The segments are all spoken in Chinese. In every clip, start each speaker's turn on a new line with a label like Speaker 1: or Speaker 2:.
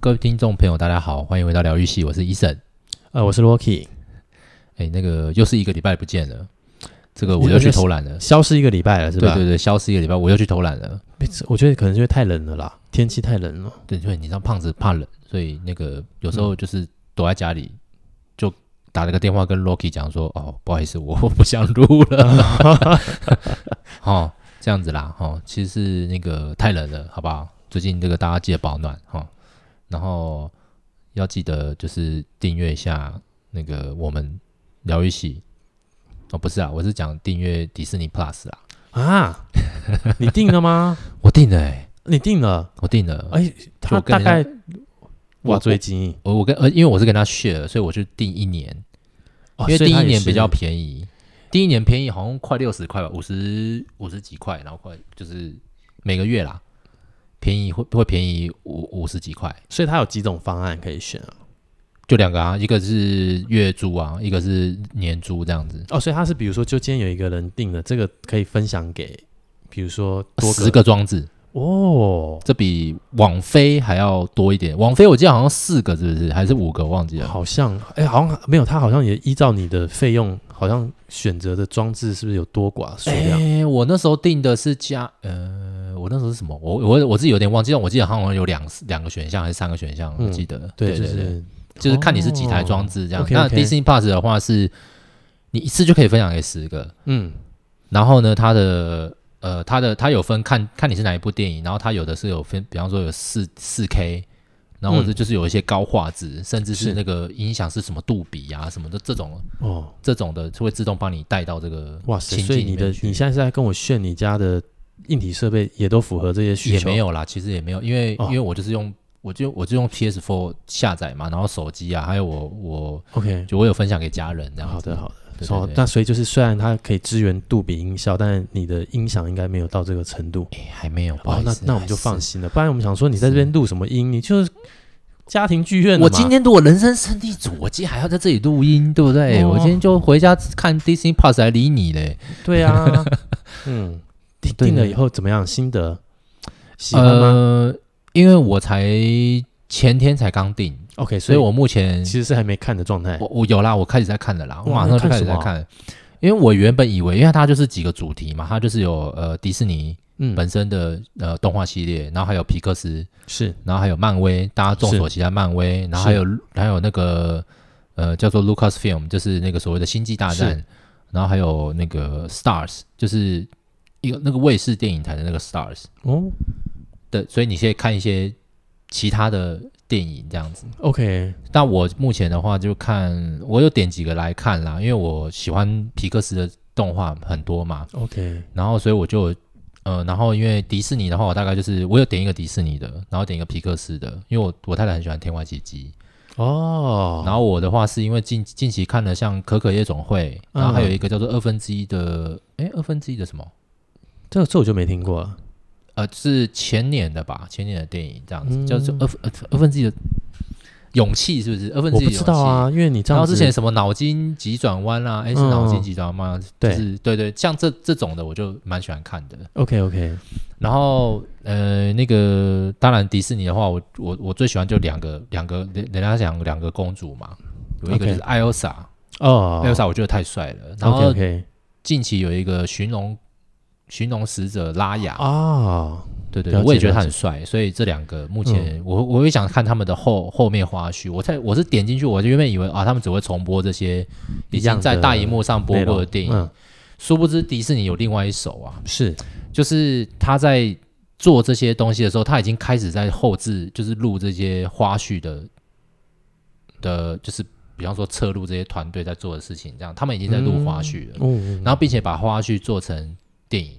Speaker 1: 各位听众朋友，大家好，欢迎回到疗愈系，我是医生。
Speaker 2: 呃，我是 Rocky，
Speaker 1: 哎，那个又是一个礼拜不见了，这个我又去偷懒了。
Speaker 2: 消失一个礼拜了，是
Speaker 1: 对
Speaker 2: 吧？
Speaker 1: 对对，消失一个礼拜，我又去偷懒了。
Speaker 2: 对对，我觉得可能是因为太冷了啦，天气太冷了。
Speaker 1: 对，对，你知道胖子怕冷，所以那个有时候就是躲在家里，就打了个电话跟 Rocky 讲说：“哦，不好意思，我 我不想录了。” 哦，这样子啦，哦，其实是那个太冷了，好不好？最近这个大家记得保暖哈、哦，然后要记得就是订阅一下那个我们疗愈系。哦，不是啊，我是讲订阅迪士尼 Plus 啦。
Speaker 2: 啊，你定了吗？
Speaker 1: 我订了、欸，
Speaker 2: 你定了？
Speaker 1: 我订了。
Speaker 2: 哎，
Speaker 1: 就
Speaker 2: 他
Speaker 1: 我跟
Speaker 2: 大
Speaker 1: 人
Speaker 2: 概
Speaker 1: 我
Speaker 2: 哇，最近
Speaker 1: 我我跟呃，因为我是跟他 share，所以我就订一年。
Speaker 2: 哦
Speaker 1: 因为
Speaker 2: 所
Speaker 1: 第
Speaker 2: 以
Speaker 1: 一
Speaker 2: 他也
Speaker 1: 年
Speaker 2: 是
Speaker 1: 比较便宜，第一年便宜好像快六十块吧，五十五十几块，然后快就是每个月啦，便宜会会便宜五五十几块，
Speaker 2: 所以他有几种方案可以选啊？
Speaker 1: 就两个啊，一个是月租啊，一个是年租这样子，
Speaker 2: 哦，所以他是比如说，就今天有一个人定了，这个可以分享给，比如说多
Speaker 1: 十个装置，
Speaker 2: 哦，
Speaker 1: 这比网飞还要多一点。网飞我记得好像四个是不是，还是五个忘记了？
Speaker 2: 好像哎，好像没有，他好像也依照你的费用，好像选择的装置是不是有多寡数量？
Speaker 1: 哎、我那时候订的是加呃，我那时候是什么？我我我自己有点忘记，但我记得好像有两两个选项还是三个选项，我
Speaker 2: 嗯
Speaker 1: 记得。
Speaker 2: 对，
Speaker 1: 对
Speaker 2: 就
Speaker 1: 对
Speaker 2: 是
Speaker 1: 就是看你是几台装置这样。
Speaker 2: 哦
Speaker 1: 那
Speaker 2: OK，OK
Speaker 1: Disney Plus 的话是，你一次就可以分享给十个。
Speaker 2: 嗯，
Speaker 1: 然后呢，它的呃，它的它有分看看你是哪一部电影，然后它有的是有分，比方说有四四 K，然后或
Speaker 2: 嗯
Speaker 1: 者就是有一些高画质，甚至是
Speaker 2: 是
Speaker 1: 那个音响是什么杜比啊什么的这种
Speaker 2: 哦。
Speaker 1: 这种的，会自动帮你带到这个
Speaker 2: 哇塞！
Speaker 1: 情
Speaker 2: 所以
Speaker 1: 境
Speaker 2: 你
Speaker 1: 里
Speaker 2: 的
Speaker 1: 面
Speaker 2: 你
Speaker 1: 去。
Speaker 2: 现在是在跟我炫你家的硬体设备也都符合这些需
Speaker 1: 也
Speaker 2: 求？
Speaker 1: 没有啦，其实也没有，因为、
Speaker 2: 哦
Speaker 1: 因为我就是用。我就我就用 PS4 下载嘛，然后手机啊，还有我我
Speaker 2: OK，
Speaker 1: 就我有分享给家人这样
Speaker 2: 好
Speaker 1: 子。
Speaker 2: 的好
Speaker 1: 对
Speaker 2: 的。
Speaker 1: 对
Speaker 2: 哦
Speaker 1: 对，
Speaker 2: 那所以就是虽然它可以支援杜比音效，但你的音响应该没有到这个程度。
Speaker 1: 哎还没有，不好
Speaker 2: 哦
Speaker 1: 意，
Speaker 2: 那
Speaker 1: 思
Speaker 2: 那我们就
Speaker 1: 还是
Speaker 2: 放心了。不然我们想说你在这边录什么音？你就是家庭剧院的嘛
Speaker 1: 我今天如果人生胜地主，我今天还要在这里录音，对不对？
Speaker 2: 哦
Speaker 1: 我今天就回家看 Disney Plus 来理你嘞。
Speaker 2: 对 啊，嗯，定
Speaker 1: 对
Speaker 2: 定了
Speaker 1: 对
Speaker 2: 以后怎么样？心得喜欢吗
Speaker 1: 呃，因为我才前天才刚定，
Speaker 2: ？OK，所
Speaker 1: 所
Speaker 2: 以
Speaker 1: 以
Speaker 2: 我
Speaker 1: 我目前
Speaker 2: 其实是还没看的状态
Speaker 1: 我。我有啦，我开始在看了啦，我
Speaker 2: 哇
Speaker 1: 马上
Speaker 2: 那
Speaker 1: 就
Speaker 2: 看
Speaker 1: 开始
Speaker 2: 什么
Speaker 1: 在
Speaker 2: 啊
Speaker 1: 看。因为我原本以为，因为它就是几个主题嘛，它就是有呃迪士尼
Speaker 2: 嗯，
Speaker 1: 本身的呃动画系列，然后还有皮克斯，
Speaker 2: 是
Speaker 1: 然后还有漫威，大家众所期待漫威，然后还有还有那个呃叫做 Lucasfilm，就是那个所谓的星际大战
Speaker 2: 是，
Speaker 1: 然后还有那个 Stars，就是一个那个卫视电影台的那个 Stars
Speaker 2: 哦
Speaker 1: 的，所以你可以看一些其他的电影这样子。
Speaker 2: ，OK，
Speaker 1: 但我目前的话就看，我有点几个来看啦，因为我喜欢皮克斯的动画很多嘛，
Speaker 2: OK，
Speaker 1: 然后所以我就有呃，然后因为迪士尼的话，我大概就是我有点一个迪士尼的，然后点一个皮克斯的，因为我我太太很喜欢《天外奇迹》
Speaker 2: 哦，
Speaker 1: 然后我的话是因为近近期看了像《可可夜总会》，
Speaker 2: 嗯
Speaker 1: 然后还有一个叫做二分之一的，哎、二分之一的什么？
Speaker 2: 这这我就没听过了。
Speaker 1: 呃，是前年的吧，前年的电影这样子，
Speaker 2: 嗯
Speaker 1: 叫做二分呃二分之一的勇气，是不是？二分之
Speaker 2: 我
Speaker 1: 一的勇
Speaker 2: 不知
Speaker 1: 气
Speaker 2: 道。啊，因为你这
Speaker 1: 然
Speaker 2: 样
Speaker 1: 后
Speaker 2: 子
Speaker 1: 之前什么脑筋急转弯啦、啊，哎、是脑筋
Speaker 2: 嗯
Speaker 1: 急转弯吗？
Speaker 2: 对
Speaker 1: 就是对对，像这这种的我就蛮喜欢看的。
Speaker 2: OK OK，
Speaker 1: 然后呃，那个当然迪士尼的话，我我我最喜欢就两个两个，人人家讲两个公主嘛，有一个
Speaker 2: OK
Speaker 1: 就是艾欧莎，
Speaker 2: 哦
Speaker 1: 艾欧莎我觉得太帅了。然
Speaker 2: OK
Speaker 1: 后
Speaker 2: OK
Speaker 1: 近期有一个寻龙寻龙使者拉雅，
Speaker 2: 啊，
Speaker 1: 对对对，
Speaker 2: 了解嗯
Speaker 1: 我也觉得他
Speaker 2: 了
Speaker 1: 很帅，所以这两个目前、我我会想看他们的后后面花絮。我才我是点进去，我就原本以为啊，他们只会重播这些已
Speaker 2: 一样
Speaker 1: 经在
Speaker 2: 的
Speaker 1: 大荧幕上播
Speaker 2: 内容
Speaker 1: 过的电影，
Speaker 2: 嗯，
Speaker 1: 殊不知迪士尼有另外一手啊，
Speaker 2: 是
Speaker 1: 就是他在做这些东西的时候，他已经开始在后置，就是录这些花絮的的，就是比方说侧录这些团队在做的事情，这样他们已经在录花絮了，
Speaker 2: 嗯，
Speaker 1: 然后并且把花絮做成电影。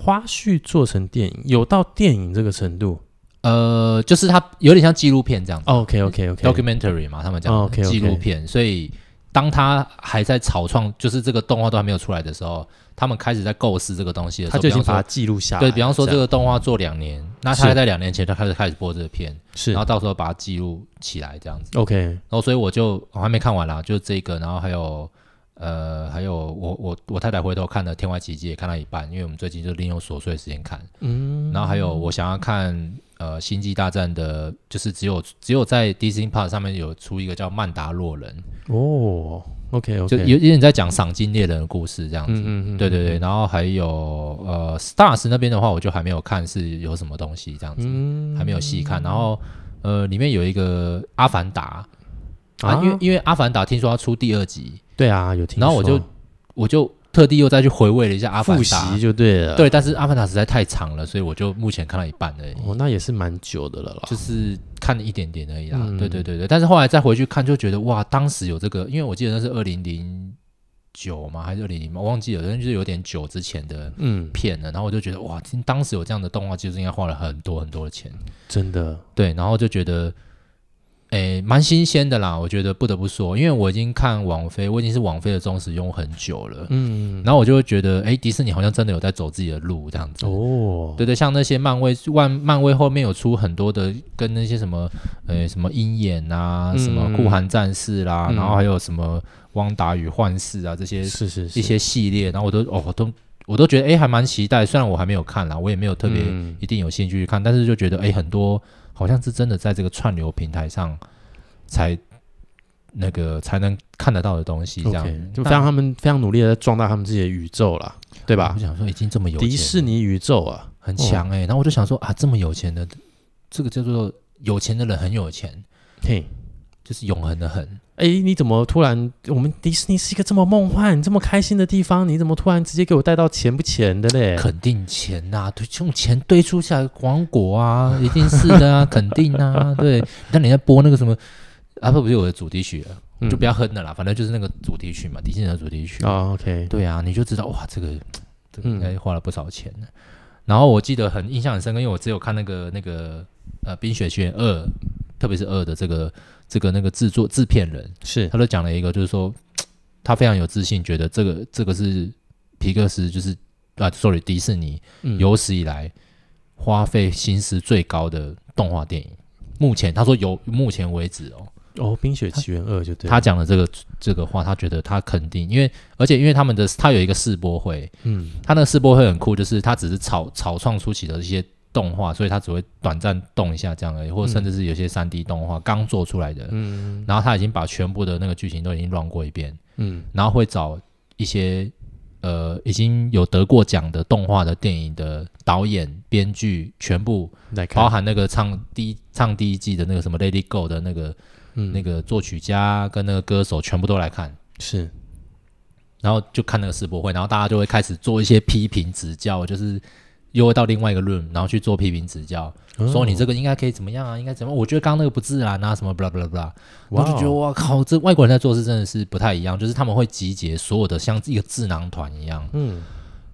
Speaker 2: 花絮做成电影，有到电影这个程度。
Speaker 1: 呃，就是它有点像纪录片这样子、
Speaker 2: OK OK 哦
Speaker 1: 嗯
Speaker 2: OK，
Speaker 1: documentary 嘛，他们讲的
Speaker 2: 哦，OK，OK
Speaker 1: 纪录片，所以。当他还在草创，就是这个动画都还没有出来的时候，他们开始在构思这个东西的时
Speaker 2: 他
Speaker 1: 候，
Speaker 2: 就已
Speaker 1: 比
Speaker 2: 经
Speaker 1: 方
Speaker 2: 把它
Speaker 1: 说，
Speaker 2: 记录下来了。
Speaker 1: 对比方说这
Speaker 2: 样
Speaker 1: 个动画做两年，那他
Speaker 2: 是
Speaker 1: 在两年前他开始开始播这个片，
Speaker 2: 是
Speaker 1: 然后到时候把它记录起来这样子。
Speaker 2: OK
Speaker 1: 然后所以我就我还没看完啦，就这个，然后还有呃还有我我我太太回头看了《天外奇迹》也看到一半，因为我们最近就利用琐碎的时间看，
Speaker 2: 嗯，
Speaker 1: 然后还有我想要看呃《星际大战》的，就是只有只有在 Disney Plus 上面有出一个叫曼达洛人，
Speaker 2: 哦，OK
Speaker 1: 就
Speaker 2: OK，
Speaker 1: 有有点在讲赏金猎人的故事这样子。
Speaker 2: 嗯
Speaker 1: 对对对，然后还有呃，Stars 那边的话，我就还没有看是有什么东西这样子，
Speaker 2: 嗯
Speaker 1: 还没有细看。然后呃，里面有一个《阿凡达》啊，
Speaker 2: 啊，
Speaker 1: 因为因为《阿凡达》听说要出第二集，
Speaker 2: 对啊，有听说，
Speaker 1: 然后我就我就特地又再去回味了一下《阿凡
Speaker 2: 复
Speaker 1: 达》
Speaker 2: 习就对了。，
Speaker 1: 对，但是《阿凡达》实在太长了，所以我就目前看到一半而已，
Speaker 2: 哦，那也是蛮久的了啦。
Speaker 1: 就是看了一点点而已啦。
Speaker 2: 嗯
Speaker 1: 对对对对，但是后来再回去看，就觉得哇，当时有这个，因为我记得那是二零零九吗？还是二零零吗？我忘记了，但是就是有点久之前的
Speaker 2: 嗯，
Speaker 1: 片了。然后我就觉得哇，今当时有这样的动画技术，应该花了很多很多的钱。
Speaker 2: 真的，
Speaker 1: 对，然后就觉得。诶，蛮新鲜的啦，我觉得不得不说，因为我已经看网飞，我已经是网飞的忠实用户很久了，
Speaker 2: 嗯，
Speaker 1: 然后我就会觉得，诶，迪士尼好像真的有在走自己的路这样子。
Speaker 2: 哦，
Speaker 1: 对对，像那些漫威，漫漫威后面有出很多的，跟那些什么，呃，什么鹰眼啊，什么酷
Speaker 2: 嗯
Speaker 1: 寒战士啦，
Speaker 2: 嗯
Speaker 1: 然后还有什么汪达与幻视啊，这些
Speaker 2: 是是是，
Speaker 1: 一些系列，然后我都哦我都我都觉得哎还蛮期待，虽然我还没有看啦，我也没有特别
Speaker 2: 嗯
Speaker 1: 一定有兴趣去看，但是就觉得哎很多好像是真的在这个串流平台上才那个才能看得到的东西，这样
Speaker 2: OK，就
Speaker 1: 那
Speaker 2: 让他们非常努力的壮大他们自己的宇宙啦，对吧
Speaker 1: 我？想说已经这么有钱了
Speaker 2: 迪士尼宇宙啊，
Speaker 1: 很强哎、然后我就想说啊，这么有钱的，这个叫做有钱的人很有钱，
Speaker 2: 嘿，
Speaker 1: 就是永恒的很。
Speaker 2: 哎，你怎么突然？我们迪士尼是一个这么梦幻、这么开心的地方，你怎么突然直接给我带到钱不钱的嘞？
Speaker 1: 肯定钱呐、对，用钱堆出下来的王国 啊，一定是的啊，肯定啊，对。但你在播那个什么啊，不不是我的主题曲了，
Speaker 2: 嗯
Speaker 1: 就不要哼了啦，反正就是那个主题曲嘛，迪士尼的主题曲。
Speaker 2: 哦，OK，嗯
Speaker 1: 对啊，你就知道哇，这个这个应该花了不少钱呢。然后我记得很印象很深刻，因为我只有看那个那个呃《冰雪奇缘二》，特别是二的这个这个那个制作制片人，
Speaker 2: 是
Speaker 1: 他就讲了一个，就是说他非常有自信，觉得这个这个是皮克斯，就是啊，sorry，迪士尼
Speaker 2: 嗯
Speaker 1: 有史以来花费心思最高的动画电影。目前他说有，目前为止哦，
Speaker 2: 哦，《冰雪奇缘二》就对了，
Speaker 1: 他讲的这个这个话，他觉得他肯定，因为而且因为他们的他有一个世博会，
Speaker 2: 嗯
Speaker 1: 他那个世博会很酷，就是他只是草草创初期的一些动画，所以他只会短暂动一下这样而已，或者甚至是有些三 D 动画刚做出来的，
Speaker 2: 嗯
Speaker 1: 然后他已经把全部的那个剧情都已经乱过一遍，
Speaker 2: 嗯
Speaker 1: 然后会找一些呃已经有得过奖的动画的电影的导演、编剧，全部
Speaker 2: 来
Speaker 1: 包
Speaker 2: 看，
Speaker 1: 含那个唱第一唱第一季的那个什么《Let It Go》的那个、
Speaker 2: 嗯
Speaker 1: 那个作曲家跟那个歌手，全部都来看。
Speaker 2: 是
Speaker 1: 然后就看那个世博会，然后大家就会开始做一些批评指教，就是又会到另外一个 room，然后去做批评指教，
Speaker 2: 哦
Speaker 1: 说你这个应该可以怎么样啊，应该怎么样？我觉得刚刚那个不自然啊，什么 blah blah blah。我
Speaker 2: 哇
Speaker 1: 就觉得
Speaker 2: 哦，
Speaker 1: 哇靠，这外国人在做事真的是不太一样，就是他们会集结所有的像一个智囊团一样，
Speaker 2: 嗯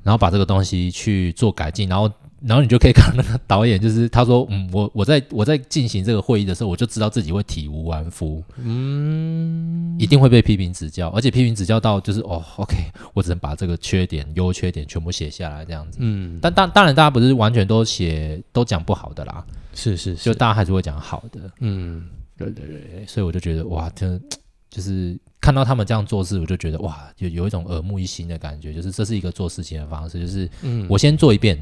Speaker 1: 然后把这个东西去做改进，然后然后你就可以看到那个导演，就是他说，嗯，我我在我在进行这个会议的时候，我就知道自己会体无完肤，
Speaker 2: 嗯，
Speaker 1: 一定会被批评指教，而且批评指教到就是哦，OK，我只能把这个缺点、优缺点全部写下来这样子。
Speaker 2: 嗯，
Speaker 1: 但当当然，大家不是完全都写都讲不好的啦，
Speaker 2: 是是，
Speaker 1: 就是大家还是会讲好的。
Speaker 2: 嗯，
Speaker 1: 所以我就觉得哇，真的就是看到他们这样做事，我就觉得哇，有有一种耳目一新的感觉，就是这是一个做事情的方式，就是
Speaker 2: 嗯
Speaker 1: 我先做一遍，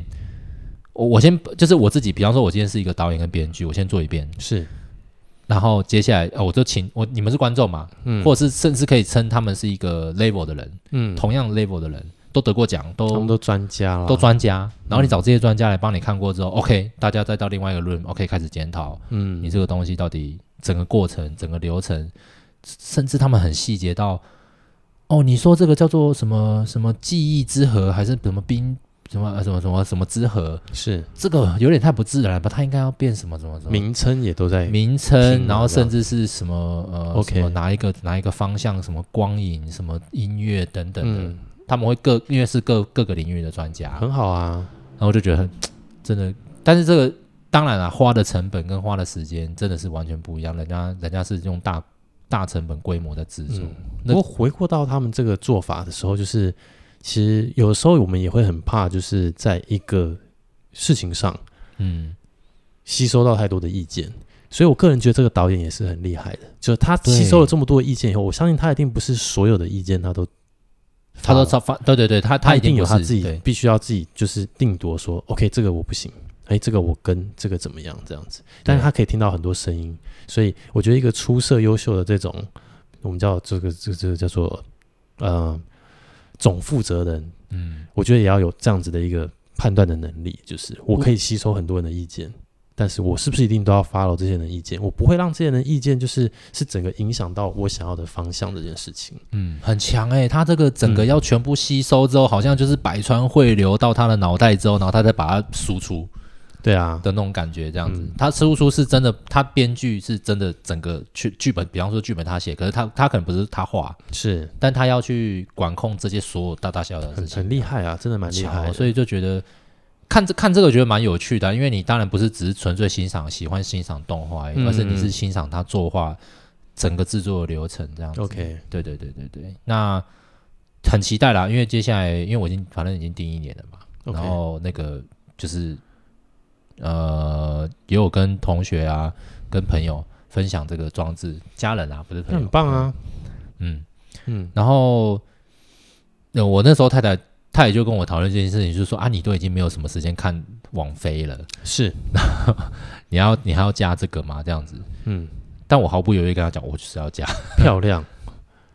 Speaker 1: 我我先就是我自己，比方说，我今天是一个导演跟编剧，我先做一遍，
Speaker 2: 是，
Speaker 1: 然后接下来呃，我就请我你们是观众嘛，
Speaker 2: 嗯
Speaker 1: 或者是甚至可以称他们是一个 level 的人，
Speaker 2: 嗯，
Speaker 1: 同样 level 的人都得过奖，
Speaker 2: 他们
Speaker 1: 都
Speaker 2: 都专家了，
Speaker 1: 都专家，然后你找这些专家来帮你看过之后、o k 大家再到另外一个 room，OK、开始检讨，
Speaker 2: 嗯
Speaker 1: 你这个东西到底整个过程、整个流程，甚至他们很细节到，哦，你说这个叫做什么什么记忆之河，还是什么冰什么呃什么什么什么之河？
Speaker 2: 是
Speaker 1: 这个有点太不自然了吧？它应该要变什么什么什么
Speaker 2: 名称也都在
Speaker 1: 嗯名
Speaker 2: 拼
Speaker 1: 称，
Speaker 2: 了
Speaker 1: 然后
Speaker 2: 这
Speaker 1: 甚
Speaker 2: 样
Speaker 1: 至是什么呃
Speaker 2: OK
Speaker 1: 什么哪一个哪一个方向，什么光影、什么音乐等等的，
Speaker 2: 嗯，
Speaker 1: 他们会各因为是各各个领域的专家，
Speaker 2: 很好啊，
Speaker 1: 然后我就觉得很真的，但是这个当然啊，花的成本跟花的时间真的是完全不一样。人家人家是用大大成本规模在制作，
Speaker 2: 嗯
Speaker 1: 那
Speaker 2: 不过回过到他们这个做法的时候，就是其实有时候我们也会很怕，就是在一个事情上
Speaker 1: 嗯，
Speaker 2: 吸收到太多的意见。所以我个人觉得这个导演也是很厉害的，就是他
Speaker 1: 对
Speaker 2: 吸收了这么多的意见以后，我相信他一定不是所有的意见他都
Speaker 1: 他都
Speaker 2: 发
Speaker 1: 超发，对对对，他
Speaker 2: 他
Speaker 1: 一
Speaker 2: 一定
Speaker 1: 定
Speaker 2: 有
Speaker 1: 不
Speaker 2: 他
Speaker 1: 是
Speaker 2: 自己
Speaker 1: 对
Speaker 2: 必须要自己就是定夺说，OK，这个我不行，哎、哎，这个我跟这个怎么样这样子，但是他可以听到很多声音，所以我觉得一个出色优秀的这种，我们叫这个这个这个叫做呃总负责人，
Speaker 1: 嗯，
Speaker 2: 我觉得也要有这样子的一个判断的能力，就是我可以吸收很多人的意见，但是我是不是一定都要 follow 这些人的意见？我不会让这些人的意见就是是整个影响到我想要的方向这件事情。
Speaker 1: 嗯，很强哎、他这个整个要全部吸收之后，好像就是百川汇流到他的脑袋之后，然后他再把它输出
Speaker 2: 对啊，
Speaker 1: 的那种感觉，这样子。
Speaker 2: 嗯
Speaker 1: 他输出是真的，他编剧是真的整个剧剧本，比方说剧本他写，可是他他可能不是他画，
Speaker 2: 是
Speaker 1: 但他要去管控这些所有大大小小的事
Speaker 2: 很
Speaker 1: 情，
Speaker 2: 很厉害啊，真的蛮厉害
Speaker 1: 强哦
Speaker 2: 的。
Speaker 1: 所以就觉得看这看这个觉得蛮有趣的啊、因为你当然不是只是纯粹欣赏喜欢欣赏动画而已，
Speaker 2: 嗯
Speaker 1: 而是你是欣赏他作画整个制作的流程这样子。
Speaker 2: OK，
Speaker 1: 对对对对对，那很期待啦，因为接下来因为我已经反正已经定一年了嘛
Speaker 2: OK
Speaker 1: 然后那个就是呃，也有跟同学啊、跟朋友分享这个装置，家人啊不是朋
Speaker 2: 那
Speaker 1: 友，
Speaker 2: 很棒啊，
Speaker 1: 嗯，
Speaker 2: 嗯，
Speaker 1: 然后，那我那时候太太她也就跟我讨论这件事情，就是说啊，你都已经没有什么时间看网飞了，
Speaker 2: 是，
Speaker 1: 你要你还要加这个吗？这样子，
Speaker 2: 嗯，
Speaker 1: 但我毫不犹豫跟她讲，我就是要加。
Speaker 2: 漂亮。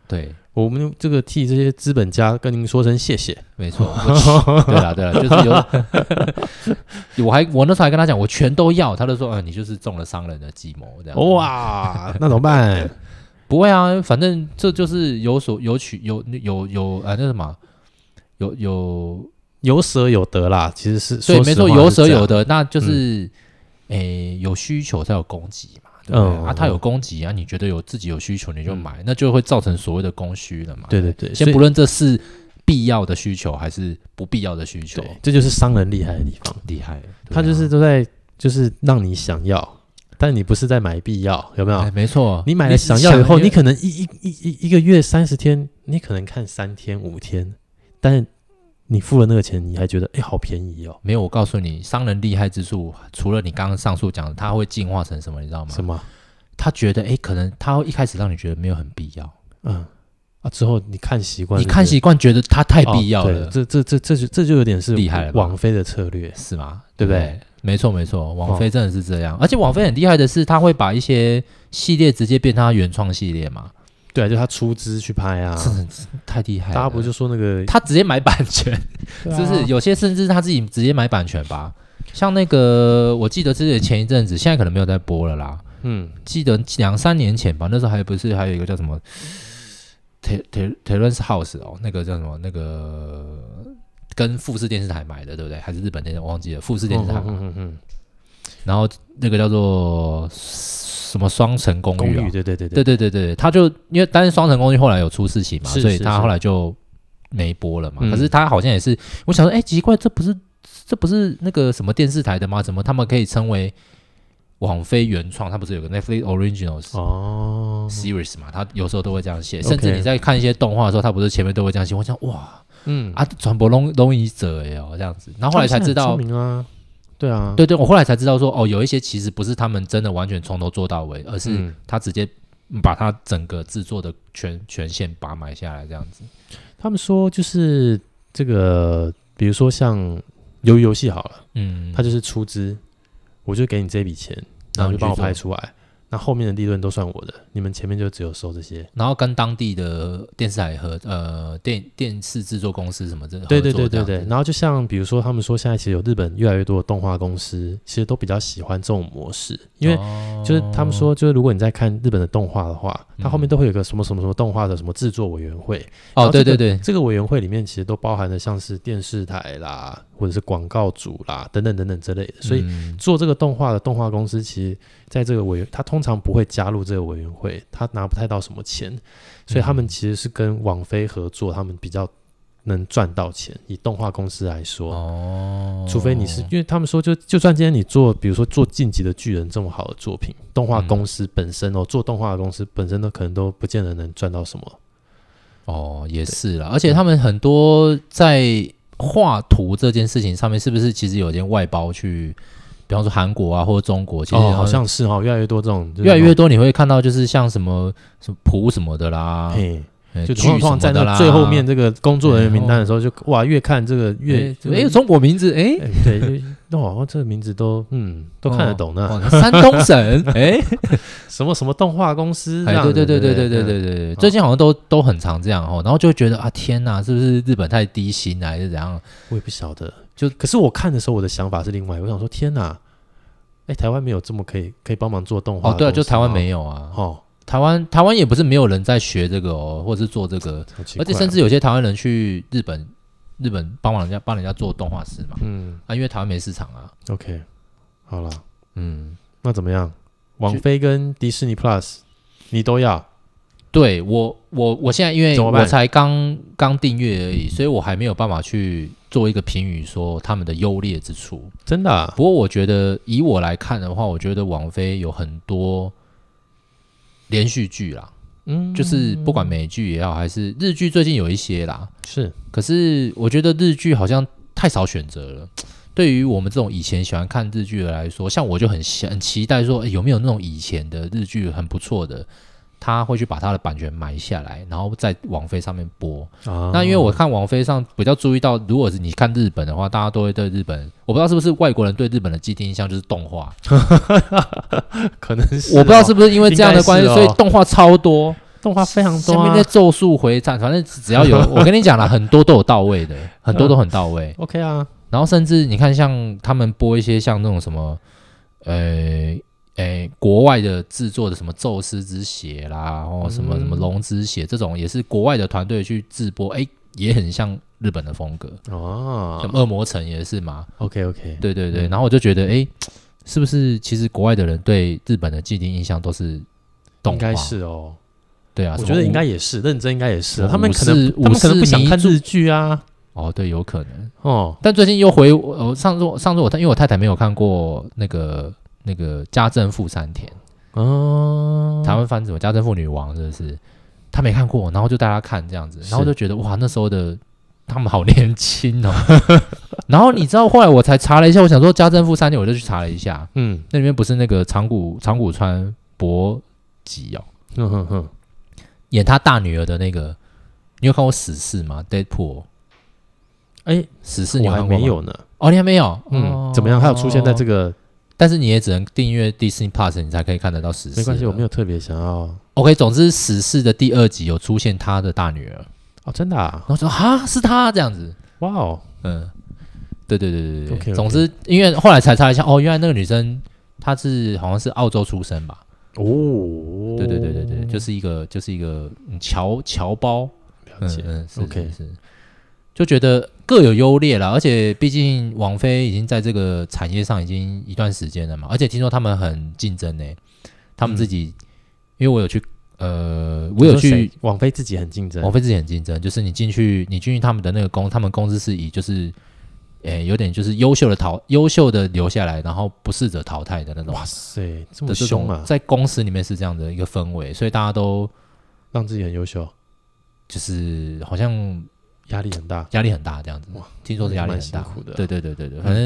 Speaker 1: 对，
Speaker 2: 我们这个替这些资本家跟您说声 谢谢。
Speaker 1: 没错。我对啦对啦，就是有， 我还我那时候还跟她讲，我全都要，她就说，啊，你就是中了商人的计谋这样。哇，
Speaker 2: 哦哇，那怎么办？
Speaker 1: 不会啊，反正这就是有所有取有有有啊，那什么，有有
Speaker 2: 有舍有得啦，其实是嗯
Speaker 1: 对，没错，有舍有
Speaker 2: 得。
Speaker 1: 得，那就是，诶、有需求才有供给嘛，对不对？
Speaker 2: 嗯
Speaker 1: 啊，他有供给啊，你觉得有自己有需求你就买，那就会造成所谓的供需了嘛。
Speaker 2: 对对对，
Speaker 1: 先
Speaker 2: 所以
Speaker 1: 不论这是必要的需求还是不必要的需求，
Speaker 2: 对，这就是商人厉害的地方，
Speaker 1: 厉害，对
Speaker 2: 他就
Speaker 1: 啊
Speaker 2: 是都在就是让你想要，但你不是在买必要，有没
Speaker 1: 哎，
Speaker 2: 有？
Speaker 1: 没错，
Speaker 2: 啊你买了想要以后，你
Speaker 1: 可
Speaker 2: 可能一一一一一个月三十天，你可能看三天五天，但是你付了那个钱，你还觉得哎好便宜哦，
Speaker 1: 没有，我告诉你，商人厉害之处，除了你刚刚上述讲的，他会进化成什么，你知道吗？
Speaker 2: 什么？
Speaker 1: 他觉得，诶，可能他会一开始让你觉得没有很必要，
Speaker 2: 嗯啊，之后你看习惯
Speaker 1: 你
Speaker 2: 是不是，
Speaker 1: 看习惯，觉得他太必要
Speaker 2: 哦
Speaker 1: 了，
Speaker 2: 对这这这这就这就有点是
Speaker 1: 厉害了吧
Speaker 2: 网飞的策略，
Speaker 1: 是吗？
Speaker 2: 对不对？
Speaker 1: 没错，没错，网飞真的是这样，而且网飞很厉害的是，他会把一些系列直接变成他原创系列嘛，
Speaker 2: 对啊，就他出资去拍啊，
Speaker 1: 这很嗯太厉害了。啊
Speaker 2: 大家不就说那个
Speaker 1: 他直接买版权，
Speaker 2: 对啊
Speaker 1: 是不是？有些甚至他自己直接买版权吧。像那个，我记得之前前一阵子，现在可能没有在播了啦。
Speaker 2: 嗯
Speaker 1: 记得两三年前吧，那时候还不是还有一个叫什么 t e t e r e n c House 哦，那个叫什么那个跟富士电视台买的，对不对？还是日本电视，我忘记了，富士电视台买的
Speaker 2: 嗯嗯嗯嗯
Speaker 1: 然后那个叫做什么双层公
Speaker 2: 嗯公
Speaker 1: 寓、啊，
Speaker 2: 寓，对对对
Speaker 1: 对对对对，他就因为但是双层公寓后来有出事情嘛，
Speaker 2: 是
Speaker 1: 所以
Speaker 2: 是
Speaker 1: 他
Speaker 2: 是
Speaker 1: 后来就没播了嘛。
Speaker 2: 嗯
Speaker 1: 可是他好像也是，我想说，哎，奇怪，这不是这不是那个什么电视台的吗？怎么他们可以称为网飞原创？他不是有个 Netflix Originals？
Speaker 2: 哦，
Speaker 1: Series 嘛，他有时候都会这样写，
Speaker 2: OK
Speaker 1: 甚至你在看一些动画的时候，他不是前面都会这样写。我想哇
Speaker 2: 嗯，
Speaker 1: 啊，传播弄弄一者哎哦这样子，然后后来才知道
Speaker 2: 他们是很聪明啊，对啊，
Speaker 1: 对对，我后来才知道说，哦，有一些其实不是他们真的完全从头做到尾，而是
Speaker 2: 嗯
Speaker 1: 他直接把他整个制作的权权限把它买下来这样子。
Speaker 2: 他们说就是这个，比如说像鱿鱼游戏好了，
Speaker 1: 嗯，
Speaker 2: 他就是出资，我就给你这笔钱，
Speaker 1: 然
Speaker 2: 然后
Speaker 1: 后
Speaker 2: 你
Speaker 1: 你
Speaker 2: 就帮我
Speaker 1: 去做
Speaker 2: 拍出来，那后面的利润都算我的，你们前面就只有收这些，
Speaker 1: 然后跟当地的电视台和呃电电视制作公司什么的合作
Speaker 2: 对对对
Speaker 1: 这
Speaker 2: 对
Speaker 1: 样
Speaker 2: 对
Speaker 1: 子，，
Speaker 2: 然后就像比如说，他们说现在其实有日本越来越多的动画公司，其实都比较喜欢这种模式，因为
Speaker 1: 为
Speaker 2: 就是他们说，就是如果你在看日本的动画的话，它后面
Speaker 1: 哦嗯
Speaker 2: 都会有一个什么什么什么动画的什么制作委员会，然
Speaker 1: 哦，
Speaker 2: 后
Speaker 1: 对
Speaker 2: 这
Speaker 1: 对
Speaker 2: 个
Speaker 1: 对，
Speaker 2: 这个委员会里面其实都包含了像是电视台啦，或者是广告组啦等等等等之类的，所以。
Speaker 1: 嗯
Speaker 2: 做这个动画的动画公司，其实在这个委员，他通常不会加入这个委员会，他拿不太到什么钱，所以他们其实是跟网飞合作，他们比较能赚到钱。以动画公司来说，
Speaker 1: 哦，
Speaker 2: 除非你是，因为他们说就，就算今天你做，比如说做《晋级的巨人》这么好的作品，动画公司本身哦，做动画的公司本身都可能都不见得能赚到什么。
Speaker 1: 哦，也是啦，而且他们很多在画图这件事情上面，是不是其实有点外包去，比方说韩国啊或者中国，其实
Speaker 2: 哦，好
Speaker 1: 像。
Speaker 2: 像是哦，越来越多这种，就是
Speaker 1: 越来越多你会看到，就是像什么什么谱什么的啦
Speaker 2: 那，种，啊哎
Speaker 1: 呃
Speaker 2: 嘿，就
Speaker 1: 剧
Speaker 2: 通
Speaker 1: 什
Speaker 2: 常
Speaker 1: 么
Speaker 2: 在
Speaker 1: 的
Speaker 2: 那
Speaker 1: 啦
Speaker 2: 最后面这个工作人员名单的时候就，哇，越看这个越
Speaker 1: 哎，诶中国名字哎，
Speaker 2: 哎，对，哦，这个名字都嗯都看得懂呢。
Speaker 1: 哦山东省，哎，
Speaker 2: 什么什么动画公司这
Speaker 1: 哎
Speaker 2: 样
Speaker 1: 对
Speaker 2: 子？
Speaker 1: 对对对对
Speaker 2: 不
Speaker 1: 对对
Speaker 2: 嗯
Speaker 1: 对对，最近好像都都很常这样哦，然后就会觉得啊，天哪，是不是日本太低薪啊，还是怎样？
Speaker 2: 我也不晓得。
Speaker 1: 就
Speaker 2: 可是我看的时候，我的想法是另外一个，我想说天哪，哎，台湾没有这么可以可以帮忙做动画
Speaker 1: 哦
Speaker 2: 的，
Speaker 1: 对啊，
Speaker 2: 公
Speaker 1: 就
Speaker 2: 司
Speaker 1: 台湾
Speaker 2: 哦
Speaker 1: 没有啊，
Speaker 2: 哦，
Speaker 1: 台湾台湾也不是没有人在学这个哦，或者是做这个，
Speaker 2: 好奇
Speaker 1: 而且
Speaker 2: 怪
Speaker 1: 甚
Speaker 2: 哦
Speaker 1: 至有些台湾人去日本日本帮忙人家帮人家做动画师嘛，
Speaker 2: 嗯
Speaker 1: 啊，因为台湾没市场啊，
Speaker 2: ，OK，好了，
Speaker 1: 嗯，
Speaker 2: 那怎么样？王菲跟迪士尼 Plus 你都要
Speaker 1: 对我我我现在因为
Speaker 2: 怎么办
Speaker 1: 我才刚刚订阅而已，所以我还没有办法去做一个评语说他们的优劣之处。
Speaker 2: 真的啊
Speaker 1: 不过我觉得以我来看的话，我觉得王菲有很多连续剧啦，
Speaker 2: 嗯，
Speaker 1: 就是不管美剧也好，还是日剧，最近有一些啦，
Speaker 2: 是
Speaker 1: 可是我觉得日剧好像太少选择了。对于我们这种以前喜欢看日剧的来说，像我就很想很期待说，诶哎有没有那种以前的日剧很不错的，他会去把他的版权买下来，然后在网飞上面播。
Speaker 2: 啊
Speaker 1: 那因为我看网飞上比较注意到，如果是你看日本的话，大家都会对日本，我不知道是不是外国人对日本的既定印象就是动画，
Speaker 2: 可能是
Speaker 1: 我不知道
Speaker 2: 哦
Speaker 1: 是不是因为这样的关系，
Speaker 2: 应该是
Speaker 1: 所
Speaker 2: 哦
Speaker 1: 以动画超多，
Speaker 2: 动画非常多
Speaker 1: 下面
Speaker 2: 啊
Speaker 1: 那咒术回战，反正只要有， 我跟你讲了，很多都有到位的，很多都很到位。
Speaker 2: ，OK 啊，
Speaker 1: 然后甚至你看，像他们播一些像那种什么，呃，呃，国外的制作的什么《宙斯之血》啦，然后什么
Speaker 2: 嗯
Speaker 1: 什么《龙之血》这种，也是国外的团队去制播，哎，也很像日本的风格。
Speaker 2: 哦
Speaker 1: 像恶魔城也是嘛，
Speaker 2: ，OK OK，
Speaker 1: 对对对。
Speaker 2: 嗯
Speaker 1: 然后我就觉得，哎，是不是其实国外的人对日本的既定印象都是动画？
Speaker 2: 应该是哦，
Speaker 1: 对啊，
Speaker 2: 我
Speaker 1: 什么
Speaker 2: 觉得
Speaker 1: 武
Speaker 2: 应该也是，认真应该也
Speaker 1: 什
Speaker 2: 是
Speaker 1: 么
Speaker 2: 啊，他们
Speaker 1: 武
Speaker 2: 可
Speaker 1: 士
Speaker 2: 能他们可能
Speaker 1: 武士
Speaker 2: 不想
Speaker 1: 迷
Speaker 2: 看
Speaker 1: 住
Speaker 2: 日剧啊，
Speaker 1: 哦，对，有可能。
Speaker 2: 哦，
Speaker 1: 但最近又回我、呃上次我上次我太因为我太太没有看过那个那个家政妇三田，
Speaker 2: 哦，
Speaker 1: 台湾翻什么家政妇女王是不是？她没看过，然后就带她看这样子，
Speaker 2: 是
Speaker 1: 然后就觉得哇那时候的他们好年轻哦。 然后你知道后来我才查了一下，我想说家政妇三田，我就去查了一下，
Speaker 2: 嗯，
Speaker 1: 那里面不是那个长谷长谷川博己哦，
Speaker 2: 嗯哼哼，
Speaker 1: 演他大女儿的那个，你有看过《死侍》吗？Deadpool，《
Speaker 2: 哎，
Speaker 1: 死侍》你
Speaker 2: 我
Speaker 1: 有
Speaker 2: 还
Speaker 1: 看过吗
Speaker 2: 没有呢，
Speaker 1: 哦，你还没有？
Speaker 2: 嗯，怎么样？还有出现在
Speaker 1: 个。
Speaker 2: 这个
Speaker 1: 但是你也只能订阅 Disney Plus，你才可以看得到十四。
Speaker 2: 没关系，我没
Speaker 1: 有。
Speaker 2: 有特别想要
Speaker 1: OK，总之十四的第二集有出现他的大女儿，然
Speaker 2: 哦，真的啊，
Speaker 1: 后说哈是他这样子，
Speaker 2: 哇哦，
Speaker 1: 嗯，对对对对对。
Speaker 2: OK，OK
Speaker 1: 总之，因为后来才查一下，哦，原来那个女生她是好像是澳洲出生吧？
Speaker 2: 哦，
Speaker 1: 对对对对对，就是一个就是一个嗯侨侨胞，
Speaker 2: 了
Speaker 1: 嗯
Speaker 2: 解，
Speaker 1: 嗯是
Speaker 2: OK
Speaker 1: 是是，就觉得各有优劣啦，而且毕竟王菲已经在这个产业上已经一段时间了嘛，而且听说他们很竞争呢、他们自己、因为我有去呃，我有
Speaker 2: 嗯你说谁
Speaker 1: 去
Speaker 2: 网飞自己很竞争
Speaker 1: 王，菲自己很竞争，就是你进去你进去他们的那个公，他们公司是以就是。诶，有点就是优秀的淘，优秀的留下来，然后不适者淘汰的那种
Speaker 2: 哇塞，
Speaker 1: 哦
Speaker 2: 这
Speaker 1: 的
Speaker 2: 么
Speaker 1: 这种
Speaker 2: 凶，啊，
Speaker 1: 在公司里面是这样的一个氛围，所以大家都
Speaker 2: 让自己很优秀，
Speaker 1: 就是好像
Speaker 2: 压力很大，
Speaker 1: 压力很大这样子
Speaker 2: 哇。
Speaker 1: 听说是压力
Speaker 2: 蛮
Speaker 1: 很
Speaker 2: 辛
Speaker 1: 大，
Speaker 2: 苦的，
Speaker 1: 对，对对对对，反正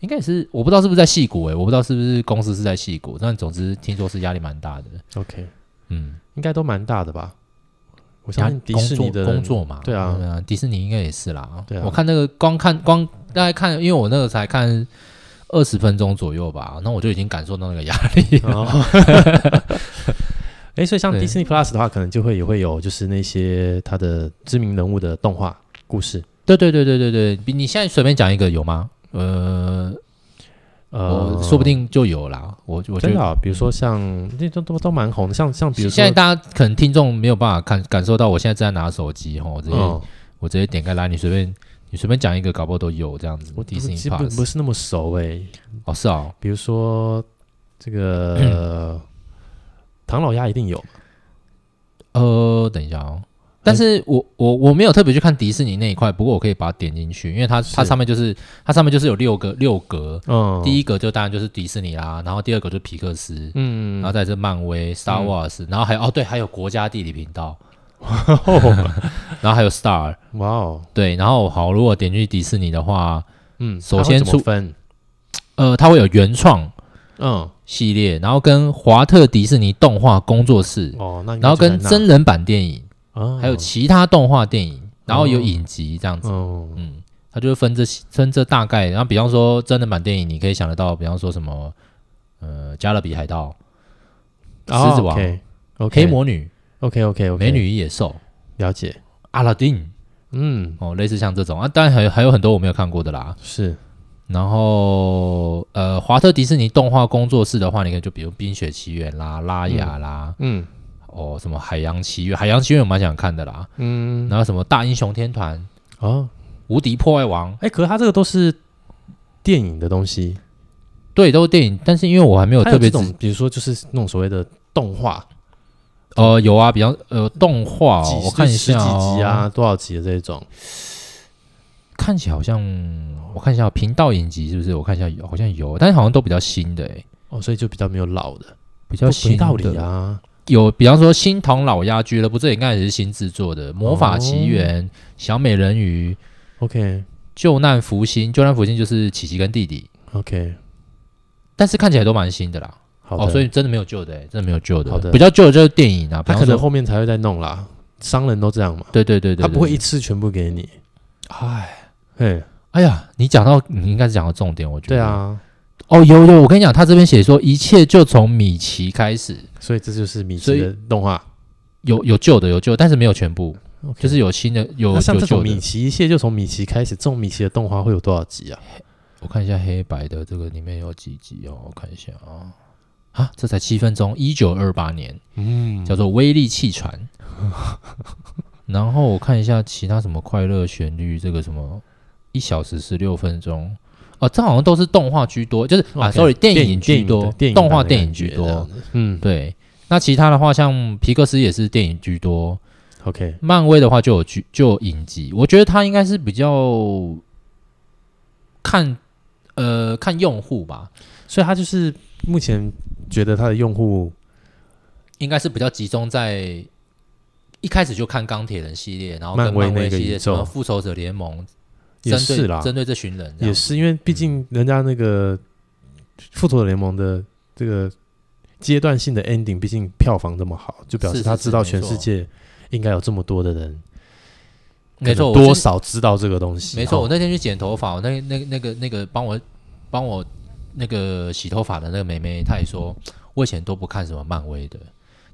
Speaker 1: 应该也是，我不知道是不是在戏谷诶、我不知道是不是公司是在戏谷，但总之听说是压力蛮大的。
Speaker 2: OK，
Speaker 1: 嗯，
Speaker 2: 应该都蛮大的吧？我
Speaker 1: 压
Speaker 2: 相信迪
Speaker 1: 工
Speaker 2: 士
Speaker 1: 作
Speaker 2: 尼的
Speaker 1: 工作嘛，
Speaker 2: 对啊
Speaker 1: 啊，迪士尼应该也是啦。
Speaker 2: 对啊
Speaker 1: 我看那个光看光大概看，因为我那个才看二十分钟左右吧，那我就已经感受到那个压力了。
Speaker 2: 哦，哎，所以像
Speaker 1: 对
Speaker 2: Disney Plus 的话，可能就会也会有就是那些它的知名人物的动画故事。
Speaker 1: 对对对对对对，比你现在随便讲一个有吗？呃，
Speaker 2: 呃
Speaker 1: 我，哦说不定就有啦。我我觉
Speaker 2: 真
Speaker 1: 得
Speaker 2: 的啊、比如说像那都都都蛮红的，像像比如说
Speaker 1: 现在大家可能听众没有办法看感受到，我现在正在拿手机哈，我直接、
Speaker 2: 嗯，
Speaker 1: 我直接点开来，你随便你随便讲一个，搞不好都有这样子。
Speaker 2: 我
Speaker 1: 迪
Speaker 2: 其
Speaker 1: 士尼
Speaker 2: 实不
Speaker 1: Plus
Speaker 2: 不是那么熟诶、
Speaker 1: 哦是哦，
Speaker 2: 比如说 这个、唐老鸭一定有嘛，
Speaker 1: 呃，等一下哦。但是我我我没有特别去看迪士尼那一块，不过我可以把它点进去，因为它
Speaker 2: 是
Speaker 1: 它上面就是它上面就是有六个六格，
Speaker 2: 嗯，
Speaker 1: 第
Speaker 2: 一
Speaker 1: 一格就当然就是迪士尼啦，然后第二格就是皮克斯，
Speaker 2: 嗯，
Speaker 1: 然后再是漫威、Star Wars，然后还有哦对，还有国家地理频道，然后还有 Star，
Speaker 2: 哇哦，
Speaker 1: 对，然后好，如果点进去迪士尼的话，
Speaker 2: 嗯，
Speaker 1: 首
Speaker 2: 它会
Speaker 1: 先
Speaker 2: 怎么
Speaker 1: 出
Speaker 2: 分，
Speaker 1: 呃，它会有原创
Speaker 2: 嗯，
Speaker 1: 系列，然后跟华特迪士尼动画工作室，
Speaker 2: 哦，那应该
Speaker 1: 然后
Speaker 2: 就
Speaker 1: 跟
Speaker 2: 很难
Speaker 1: 真人版电影，
Speaker 2: 啊，
Speaker 1: 还有其他动画电影，然后有
Speaker 2: 哦
Speaker 1: 影集这样子。
Speaker 2: 嗯
Speaker 1: 嗯，它就会分这分这大概。然后比方说真人版电影，你可以想得到，比方说什么呃《加勒比海盗》
Speaker 2: 哦
Speaker 1: 狮子王
Speaker 2: OK，
Speaker 1: 黑
Speaker 2: OK
Speaker 1: 魔女》
Speaker 2: OK OK OK，
Speaker 1: 美女与野兽、
Speaker 2: 了解，
Speaker 1: 阿拉丁
Speaker 2: 嗯，
Speaker 1: 哦，类似像这种啊，当然还有还有很多我没有看过的啦。
Speaker 2: 是
Speaker 1: 然后呃，华特迪士尼动画工作室的话，你可以就比如《冰雪奇缘》啦、拉雅啦，
Speaker 2: 嗯
Speaker 1: 哦什么《海洋奇缘》，《海洋奇缘》我蛮想看的啦。
Speaker 2: 嗯
Speaker 1: 然后什么《大英雄天团》《
Speaker 2: 哦，
Speaker 1: 无敌破坏王》，
Speaker 2: 哎，可是它这个都是电影的东西，
Speaker 1: 对，都是电影，但是因为我还没有
Speaker 2: 它
Speaker 1: 呃特别
Speaker 2: 有这
Speaker 1: 仔
Speaker 2: 种，比如说就是那种所谓的动画，
Speaker 1: 呃，有啊，比方呃，动画、
Speaker 2: 几
Speaker 1: 哦，我看一
Speaker 2: 十
Speaker 1: 下、
Speaker 2: 几
Speaker 1: 哦、
Speaker 2: 集，啊，多少集的这种，
Speaker 1: 看起来好像，我看一下频道影集是不是？我看一下有，好像有，但是好像都比较新的、欸，
Speaker 2: 哦，所以就比较没有老的，
Speaker 1: 比较
Speaker 2: 没
Speaker 1: 新
Speaker 2: 道理
Speaker 1: 的。
Speaker 2: 啊，
Speaker 1: 有，比方说《新唐老鸭俱乐部》，这应该也是新制作的，《魔法奇
Speaker 2: 哦
Speaker 1: 缘》小美人鱼》、《
Speaker 2: OK
Speaker 1: 救难福星》，《救难福星》就是琪琪跟弟弟，
Speaker 2: OK，
Speaker 1: 但是看起来都蛮新的啦。
Speaker 2: 好的，
Speaker 1: 哦，所以真的没有旧的、欸，真的没有旧的。
Speaker 2: 好的
Speaker 1: 比较旧的就是电影啊，比
Speaker 2: 他
Speaker 1: 方
Speaker 2: 可能
Speaker 1: 说，
Speaker 2: 后面才会再弄啦，商人都这样嘛，
Speaker 1: 对对对对
Speaker 2: 他不会
Speaker 1: 对
Speaker 2: 一次全部给你，
Speaker 1: 哎
Speaker 2: 嘿，
Speaker 1: 哎呀，你讲到你应该是讲到重点，我觉得。
Speaker 2: 对啊，
Speaker 1: 哦，有有，我跟你讲，他这边写说一切就从米奇开始，
Speaker 2: 所以这就是米
Speaker 1: 所
Speaker 2: 奇
Speaker 1: 以
Speaker 2: 的动画，
Speaker 1: 有有旧的有旧，但是没有全部
Speaker 2: OK
Speaker 1: 就是有新的有
Speaker 2: 那
Speaker 1: 有
Speaker 2: 像这
Speaker 1: 旧
Speaker 2: 种米
Speaker 1: 的。
Speaker 2: 奇一切就从米奇开始，这种米奇的动画会有多少集啊？
Speaker 1: 我看一下黑白的这个里面有几集哦，我看一下啊、啊，这才七分钟，一九二八年
Speaker 2: 嗯，
Speaker 1: 叫做《威力气船》 然后我看一下其他什么快乐旋律，这个什么一小时十六分钟。哦，这好像都是动画居多，就是啊
Speaker 2: OK，
Speaker 1: ，sorry，电
Speaker 2: 电
Speaker 1: 影
Speaker 2: 电
Speaker 1: 居
Speaker 2: 的
Speaker 1: 多，
Speaker 2: 电影
Speaker 1: 动画
Speaker 2: 版的
Speaker 1: 电影
Speaker 2: 感
Speaker 1: 居
Speaker 2: 觉
Speaker 1: 多
Speaker 2: 这，样子，嗯，
Speaker 1: 对，那其他的话，像皮克斯也是电影居多，
Speaker 2: ，OK，
Speaker 1: 漫威的话就有剧就有影集。我觉得它应该是比较呃看呃看用户吧，
Speaker 2: 所以他就是目前觉得他的用户
Speaker 1: 应该是比较集中在一开始就看钢铁人系列，然后跟
Speaker 2: 漫威
Speaker 1: 漫威
Speaker 2: 那个
Speaker 1: 系
Speaker 2: 宇
Speaker 1: 列什
Speaker 2: 宙
Speaker 1: 么复仇者联盟，
Speaker 2: 也
Speaker 1: 针
Speaker 2: 是
Speaker 1: 对
Speaker 2: 啦，
Speaker 1: 针对这群人这样嗯
Speaker 2: 也是因为毕竟人家那个复仇者联盟的这个阶段性的 ending，毕竟票房这么好，就表示
Speaker 1: 是
Speaker 2: 他
Speaker 1: 是
Speaker 2: 知道
Speaker 1: 是
Speaker 2: 全
Speaker 1: 没
Speaker 2: 世
Speaker 1: 错
Speaker 2: 界应该有这么多的人，
Speaker 1: 没错，我
Speaker 2: 多
Speaker 1: 是
Speaker 2: 少知道这个东西，
Speaker 1: 没错。我
Speaker 2: 哦
Speaker 1: 那天去剪头发，我那那那个那个帮我帮我那个洗头发的那个妹妹，她也说，我以前都不看什么漫威的。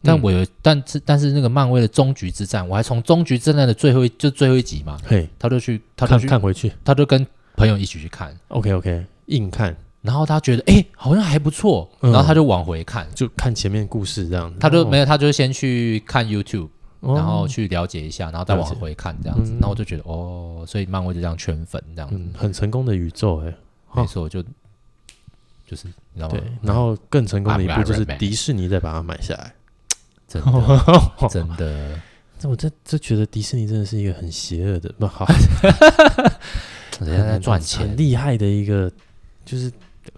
Speaker 1: 但
Speaker 2: 嗯
Speaker 1: 我有，但是但是那个漫威的终局之战，我还从终局之战的最后一就最后一集嘛，
Speaker 2: 嘿，
Speaker 1: 他就去，他就
Speaker 2: 看
Speaker 1: 去，
Speaker 2: 看回去
Speaker 1: 他就跟朋友一起去看，
Speaker 2: ，OK OK，硬看
Speaker 1: 然后他觉得哎、诶好像还不错，
Speaker 2: 嗯
Speaker 1: 然后他就往回看，
Speaker 2: 就看前面故事这样子，
Speaker 1: 他就
Speaker 2: 哦
Speaker 1: 没，有，他就先去看 YouTube，、
Speaker 2: 哦
Speaker 1: 然后去了解一下，然后再
Speaker 2: 了
Speaker 1: 往
Speaker 2: 解
Speaker 1: 回看这样子，
Speaker 2: 嗯
Speaker 1: 然后我就觉得哦，所以漫威就这样圈粉这样子，
Speaker 2: 嗯，很成功的宇宙哎，
Speaker 1: 没错，就就是你知道吗
Speaker 2: 对？，然后更成功的一
Speaker 1: I'm
Speaker 2: 步就是
Speaker 1: Iron Man
Speaker 2: 迪士尼再把它买下 来，
Speaker 1: 真
Speaker 2: 哦
Speaker 1: 的真的。
Speaker 2: 这 我这这觉得迪士尼真的是一个很邪恶的，不好。
Speaker 1: 人家在赚
Speaker 2: 很
Speaker 1: 钱，
Speaker 2: 厉害的一个，就是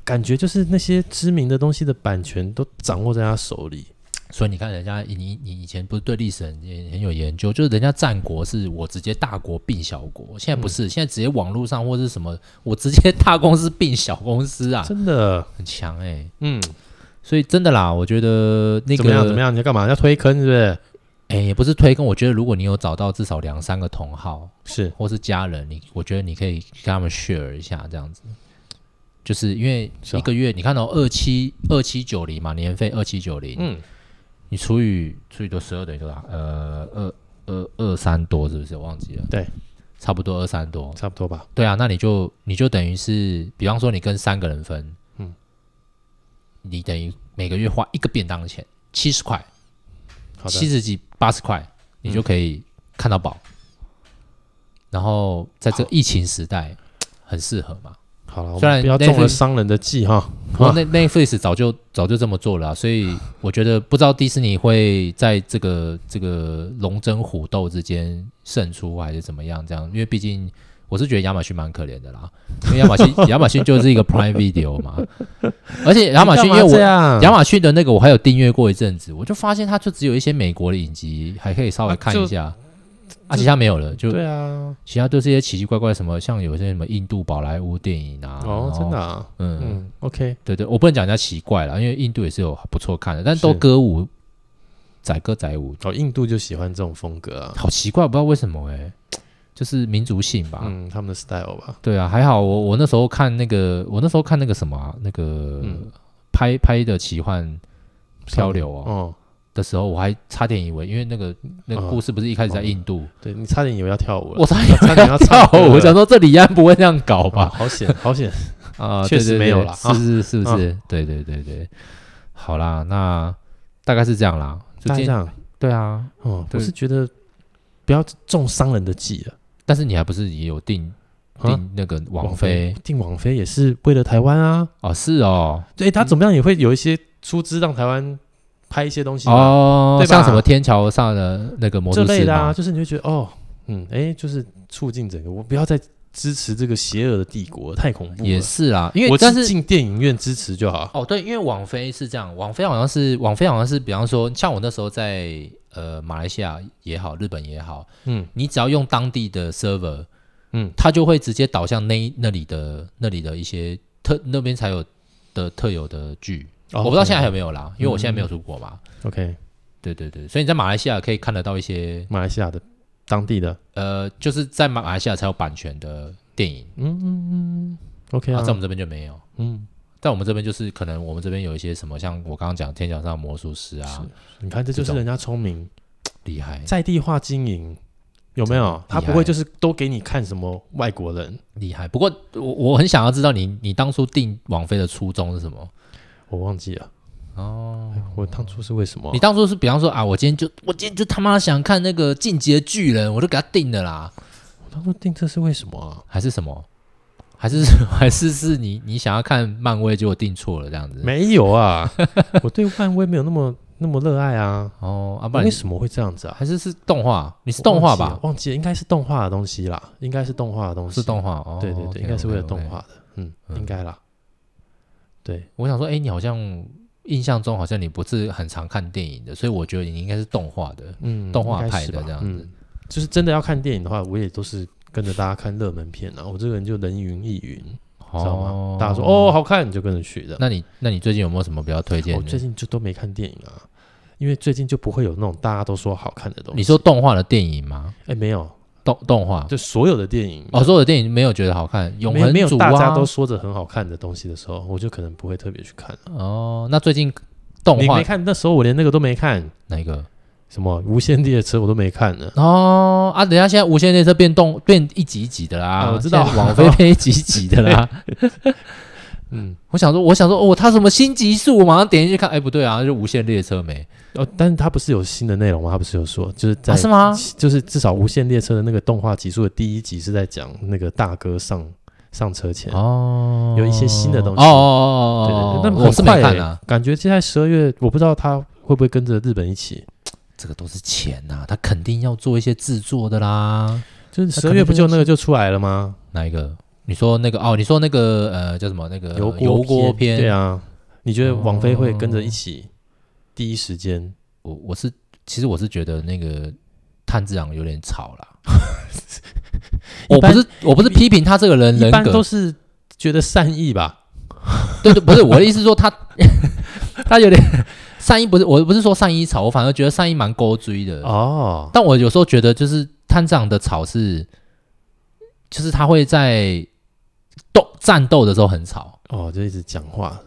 Speaker 2: 感觉就是那些知名的东西的版权都掌握在他手里。
Speaker 1: 所以你看人家你你你以前不是对历史很也很有研究，就是人家战国是我直接大国并小国，现在不
Speaker 2: 嗯
Speaker 1: 是，现在直接网络上或是什么，我直接大公司并小公司啊，
Speaker 2: 真的，
Speaker 1: 很强哎、
Speaker 2: 嗯，
Speaker 1: 所以真的啦，我觉得那个
Speaker 2: 怎么样？怎么样？你要干嘛？要推坑是不是？
Speaker 1: 哎、也不是推跟我觉得如果你有找到至少两三个同好
Speaker 2: 是
Speaker 1: 或是家人，你我觉得你可以跟他们 share 一下这样子。就是因为
Speaker 2: 是啊
Speaker 1: 一个月，你看到二七二七九零嘛，年费二七九零，
Speaker 2: 嗯，
Speaker 1: 你除以除以多十二等于多少？呃，二二二三多是不是？我忘记了。
Speaker 2: 对，
Speaker 1: 差不多二三多。
Speaker 2: 差不多吧。
Speaker 1: 对啊，那你就你就等于是，比方说你跟三个人分，
Speaker 2: 嗯，
Speaker 1: 你等于每个月花一个便当的钱，七十块，
Speaker 2: 好
Speaker 1: 七
Speaker 2: 的，
Speaker 1: 十几八十块，你就可以看到饱。然后在这个疫情时代，很适合嘛。
Speaker 2: 好了，我
Speaker 1: 虽然
Speaker 2: 们不要中
Speaker 1: Netflix-
Speaker 2: 了商人的计哈。
Speaker 1: 不过那 Netflix 早就早就这么做了啊、所以我觉得不知道迪士尼会在这个这个龙争虎斗之间胜出还是怎么样这样，因为毕竟我是觉得亚马逊蛮可怜的啦，因为亚马逊亚马逊就是一个 Prime Video 嘛，而且亚马逊因为我
Speaker 2: 你干嘛这样
Speaker 1: 亚马逊的那个我还有订阅过一阵子，我就发现它就只有一些美国的影集还可以稍微看一下，啊，其他没有了，就
Speaker 2: 对啊，
Speaker 1: 其他都是一些奇奇怪怪什么，像有些什么印度宝莱坞电影啊，然
Speaker 2: 哦，
Speaker 1: 后
Speaker 2: 真的，啊，
Speaker 1: 嗯
Speaker 2: 嗯，OK，
Speaker 1: 对对，我不能讲人家奇怪啦，因为印度也是有不错看的，但都
Speaker 2: 是
Speaker 1: 歌舞，载歌载舞，
Speaker 2: 哦，印度就喜欢这种风格啊。
Speaker 1: 好奇怪，我不知道为什么哎、就是民族性吧。
Speaker 2: 嗯，他们的 style 吧，
Speaker 1: 对啊，还好我我那时候看那个，我那时候看那个什么、啊、那个、
Speaker 2: 嗯
Speaker 1: 拍拍的奇幻漂流啊、
Speaker 2: 哦，
Speaker 1: 的时候，我还差点以为，因为那个那个
Speaker 2: 哦
Speaker 1: 故事不是一开始在印度，
Speaker 2: 对你差点以为要跳舞了，
Speaker 1: 我差点
Speaker 2: 差点要
Speaker 1: 跳
Speaker 2: 唱歌了
Speaker 1: 舞，我想说这李安不会这样搞
Speaker 2: 哇，
Speaker 1: 吧？
Speaker 2: 哦好险，好险，
Speaker 1: 啊，
Speaker 2: 哦确
Speaker 1: 对
Speaker 2: 实
Speaker 1: 对对
Speaker 2: 没有啦嗯
Speaker 1: 是是是不是？对对对对，好啦，那大概是这样啦， 就
Speaker 2: 大
Speaker 1: 今
Speaker 2: 家这
Speaker 1: 天
Speaker 2: 样，
Speaker 1: 对啊，
Speaker 2: 哦，我
Speaker 1: 对
Speaker 2: 是觉得不要中伤人的计啊，
Speaker 1: 但是你还不是也有订
Speaker 2: 啊
Speaker 1: 订那个王菲
Speaker 2: 定王菲也是为了台湾啊，
Speaker 1: 哦？是哦
Speaker 2: 对，他怎么样也会有一些出资让台湾拍一些东西嘛
Speaker 1: 哦，
Speaker 2: 对吧
Speaker 1: 像什么天桥上的那个魔
Speaker 2: 这
Speaker 1: 术
Speaker 2: 类
Speaker 1: 师
Speaker 2: 的啊，
Speaker 1: 吗？
Speaker 2: 就是你会觉得哦，嗯，哎，就是促进整个，我不要再支持这个邪恶的帝国，太恐怖了。
Speaker 1: 也是啦，因为
Speaker 2: 我
Speaker 1: 但
Speaker 2: 是
Speaker 1: 是
Speaker 2: 进电影院支持就好。
Speaker 1: 哦，对，因为网飞是这样，网飞好像是网飞好像是，比方说像我那时候在呃马来西亚也好，日本也好，
Speaker 2: 嗯
Speaker 1: 你只要用当地的 server，
Speaker 2: 嗯，
Speaker 1: 它就会直接导向那那里的那里的一些特那边才有的特有的剧。
Speaker 2: 哦
Speaker 1: 我不知道现在还有没有啦，因为我现在没
Speaker 2: 嗯
Speaker 1: 有出国嘛。
Speaker 2: OK，
Speaker 1: 对对对，所以你在马来西亚可以看得到一些
Speaker 2: 马来西亚的当地的，
Speaker 1: 呃，就是在马来西亚才有版权的电影，
Speaker 2: 嗯嗯嗯，OK
Speaker 1: 啊，
Speaker 2: 啊
Speaker 1: 在我，们这边就没有。
Speaker 2: 嗯，
Speaker 1: 在我们这边就是可能我们这边有一些什么，像我刚刚讲《天桥上的魔术师》啊，
Speaker 2: 你看这就是人家聪明，
Speaker 1: 厉害
Speaker 2: 在地化经营有没有？啊他不会就是都给你看什么外国人，
Speaker 1: 厉害。不过我我很想要知道你你当初订网飞的初衷是什么？
Speaker 2: 我忘记了。哦，我当初是为什么
Speaker 1: 你？当初是比方说啊，我今天就我今天就他妈想看那个《进击的巨人》，我就给他订的啦，
Speaker 2: 我当初定这是为什么啊？
Speaker 1: 还是什么？还是 还是是你你想要看漫威，结果订错了这样子？
Speaker 2: 没 有啊，我对漫威没有那么那么热爱啊。
Speaker 1: 哦，啊，不然
Speaker 2: 为
Speaker 1: 你
Speaker 2: 什么会这样子啊？
Speaker 1: 还是是动画？你是动画
Speaker 2: 我忘记了
Speaker 1: 吧？？
Speaker 2: 忘记了，应该是动画的东西啦，应该是动画的东西，
Speaker 1: 是动画哦，
Speaker 2: 对对
Speaker 1: OK，OK，OK
Speaker 2: 对，应该是为了动画的，嗯，应该啦。对，
Speaker 1: 我想说，哎，你好像印象中好像你不是很常看电影的，所以我觉得你应该是动画的。
Speaker 2: 嗯，
Speaker 1: 动画
Speaker 2: 应该是
Speaker 1: 派的
Speaker 2: 吧
Speaker 1: 这样子
Speaker 2: 嗯就是真的要看电影的话，我也都是跟着大家看热门片啊。我这个人就人云亦云，知道吗？大家说哦好看，你就跟着去的。
Speaker 1: 哦那你那你最近有没有什么比较推荐
Speaker 2: 我
Speaker 1: 的？
Speaker 2: 最近就都没看电影啊，因为最近就不会有那种大家都说好看的东西。
Speaker 1: 你说动画的电影吗？
Speaker 2: 哎没有，
Speaker 1: 动动画？
Speaker 2: 就所有的电影
Speaker 1: 哦，所有的电影没有觉得好看，永
Speaker 2: 没
Speaker 1: 恒
Speaker 2: 没有
Speaker 1: 主
Speaker 2: 大
Speaker 1: 啊
Speaker 2: 家都说着很好看的东西的时候，我就可能不会特别去看了。
Speaker 1: 哦。那最近动
Speaker 2: 你
Speaker 1: 画
Speaker 2: 没看那时候，我连那个都没看，
Speaker 1: 哪一个？
Speaker 2: 什么《无限列车》我都没看呢。
Speaker 1: 哦啊，等一下现在无线列车变动变一集一集的啦，
Speaker 2: 啊我知道
Speaker 1: 现在网飞变一集一集的 啦。
Speaker 2: 嗯，
Speaker 1: 我想说，我想说，哦，它什么新集数，我马上点进去看。哎，不对啊，就无线列车没
Speaker 2: 哦，但是它不是有新的内容吗？它不是有说，就是在、
Speaker 1: 啊？是吗？
Speaker 2: 就是至少《无限列车》的那个动画集数的第一集是在讲那个大哥上上车前，
Speaker 1: 哦，
Speaker 2: 有一些新的东西
Speaker 1: 哦哦
Speaker 2: 对
Speaker 1: 哦哦，
Speaker 2: 对对，那
Speaker 1: 我是
Speaker 2: 很快
Speaker 1: 没看
Speaker 2: 欸
Speaker 1: 啊，
Speaker 2: 感觉现在十二月，我不知道他会不会跟着日本一起，
Speaker 1: 这个都是钱呐、他肯定要做一些制作的啦。
Speaker 2: 就是
Speaker 1: 那
Speaker 2: 十
Speaker 1: 可
Speaker 2: 二
Speaker 1: 能
Speaker 2: 月不
Speaker 1: 就
Speaker 2: 就那个就出来了吗？
Speaker 1: 哪一个？你说那个哦？你说那个呃叫什么？那个
Speaker 2: 油
Speaker 1: 油锅片？
Speaker 2: 对，啊，你觉得王菲会跟着一
Speaker 1: 哦
Speaker 2: 起第一时间？
Speaker 1: 我我是其实我是觉得那个炭治郎有点吵 啦。我不
Speaker 2: 一般
Speaker 1: 是我不是批评他这个人
Speaker 2: 一
Speaker 1: 人
Speaker 2: 般都
Speaker 1: 格，
Speaker 2: 是觉得善意吧，
Speaker 1: 对对，不是我的意思是说他 他有点善意，不是我不是说善意吵，我反而觉得善意蛮勾追的。
Speaker 2: 哦，
Speaker 1: 但我有时候觉得，就是探长的吵是，就是他会在斗战斗的时候很吵，
Speaker 2: 哦，就一直讲话，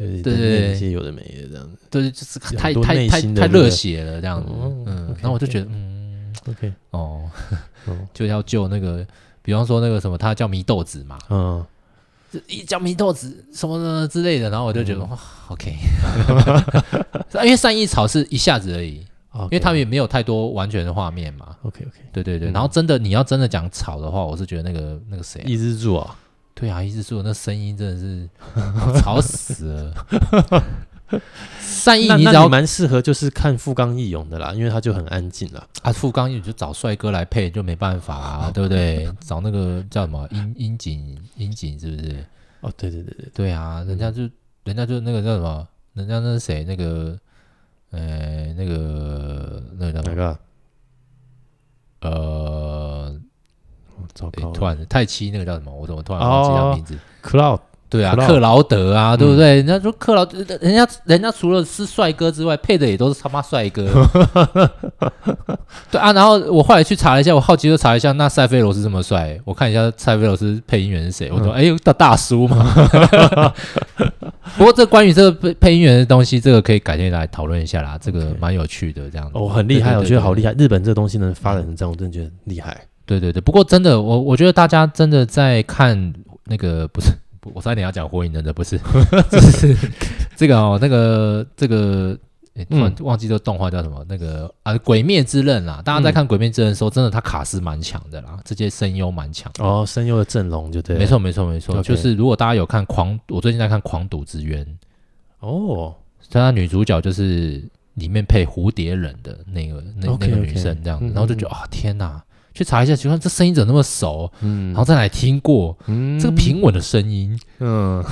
Speaker 2: 就是
Speaker 1: 对
Speaker 2: 在
Speaker 1: 对
Speaker 2: 念
Speaker 1: 对
Speaker 2: 一些有的没的这样子。
Speaker 1: 对，就是
Speaker 2: 有
Speaker 1: 太
Speaker 2: 很多
Speaker 1: 太
Speaker 2: 内
Speaker 1: 太
Speaker 2: 心的
Speaker 1: 太
Speaker 2: 那个
Speaker 1: 热血了这样子。
Speaker 2: 哦
Speaker 1: 嗯，
Speaker 2: OK，
Speaker 1: 然后我就
Speaker 2: OK
Speaker 1: 觉得，嗯，
Speaker 2: OK，
Speaker 1: 哦，
Speaker 2: 哦
Speaker 1: 就要救那个，比方说那个什么，他叫祢豆子嘛，
Speaker 2: 嗯，
Speaker 1: 就一叫祢豆子什么什么之类的，然后我就
Speaker 2: 嗯
Speaker 1: 觉得、哇，OK，因为善意吵是一下子而已，
Speaker 2: 因
Speaker 1: 因为他们也没有太多完全的画面嘛。
Speaker 2: OK OK
Speaker 1: 对对对，
Speaker 2: 嗯
Speaker 1: 然后真的你要真的讲吵的话，我是觉得那个那个谁啊、
Speaker 2: 抑制住啊，
Speaker 1: 对啊，一直说那声音真的是 吵死 了。善意，
Speaker 2: 那
Speaker 1: 你只
Speaker 2: 那
Speaker 1: 要
Speaker 2: 你蛮适合就是看富冈义勇的啦，因为他就很安静啦。
Speaker 1: 啊，富冈义勇就找帅哥来配就没办法啊，对不对？找那个叫什么樱樱井樱井是不是？
Speaker 2: 哦，对对对对，
Speaker 1: 对啊，人家就人家就那个叫什么，人家那是谁那个呃那个那个叫什
Speaker 2: 哪
Speaker 1: 么
Speaker 2: 个啊？
Speaker 1: 呃，
Speaker 2: 哦糟
Speaker 1: 诶
Speaker 2: 糕了
Speaker 1: 呃突然太七那个叫什么？我怎么突然忘记他
Speaker 2: 哦
Speaker 1: 名字？
Speaker 2: ，Cloud
Speaker 1: 对啊，
Speaker 2: 克劳
Speaker 1: 克劳德啊，对不对？人家说克劳，人家人家除了是帅哥之外，配的也都是他妈帅哥。对啊，然后我后来去查了一下，我好奇就查了一下，那塞菲罗斯这么帅，我看一下塞菲罗斯配音员是谁，我说哎呦，大大叔嘛。不过这关于这个配配音员的东西，这个可以改天来讨论一下啦，这个
Speaker 2: OK
Speaker 1: 蛮有趣的，这样子。
Speaker 2: 哦，很厉害，
Speaker 1: 对对对
Speaker 2: 我觉得好厉害。日本这东西能发展成这样，我真的觉得很厉害。
Speaker 1: 对对对，不过真的，我我觉得大家真的在看那个不是，不我差点要讲《火影忍者》，不是， 这 是这个哦，那个这个。诶突然
Speaker 2: 嗯
Speaker 1: 忘记这个动画叫什么？那个啊，《鬼灭之刃》啦，大家在
Speaker 2: 嗯
Speaker 1: 看《鬼灭之刃》的时候，真的他卡斯蛮强的啦，这些声优蛮强。
Speaker 2: 哦，声优的阵容就对，
Speaker 1: 没。错，没错，没错。
Speaker 2: OK
Speaker 1: 就是如果大家有看《狂》，我最近在看《狂赌之渊》，
Speaker 2: 哦，
Speaker 1: 她女主角就是里面配蝴蝶忍的那个那那个
Speaker 2: OK，OK
Speaker 1: 女生这样子，
Speaker 2: 嗯
Speaker 1: 然后就觉得啊、天哪！去查一下，就看这声音怎么那么熟，
Speaker 2: 嗯
Speaker 1: 然后再来听过，
Speaker 2: 嗯
Speaker 1: 这个平稳的声音，
Speaker 2: 嗯，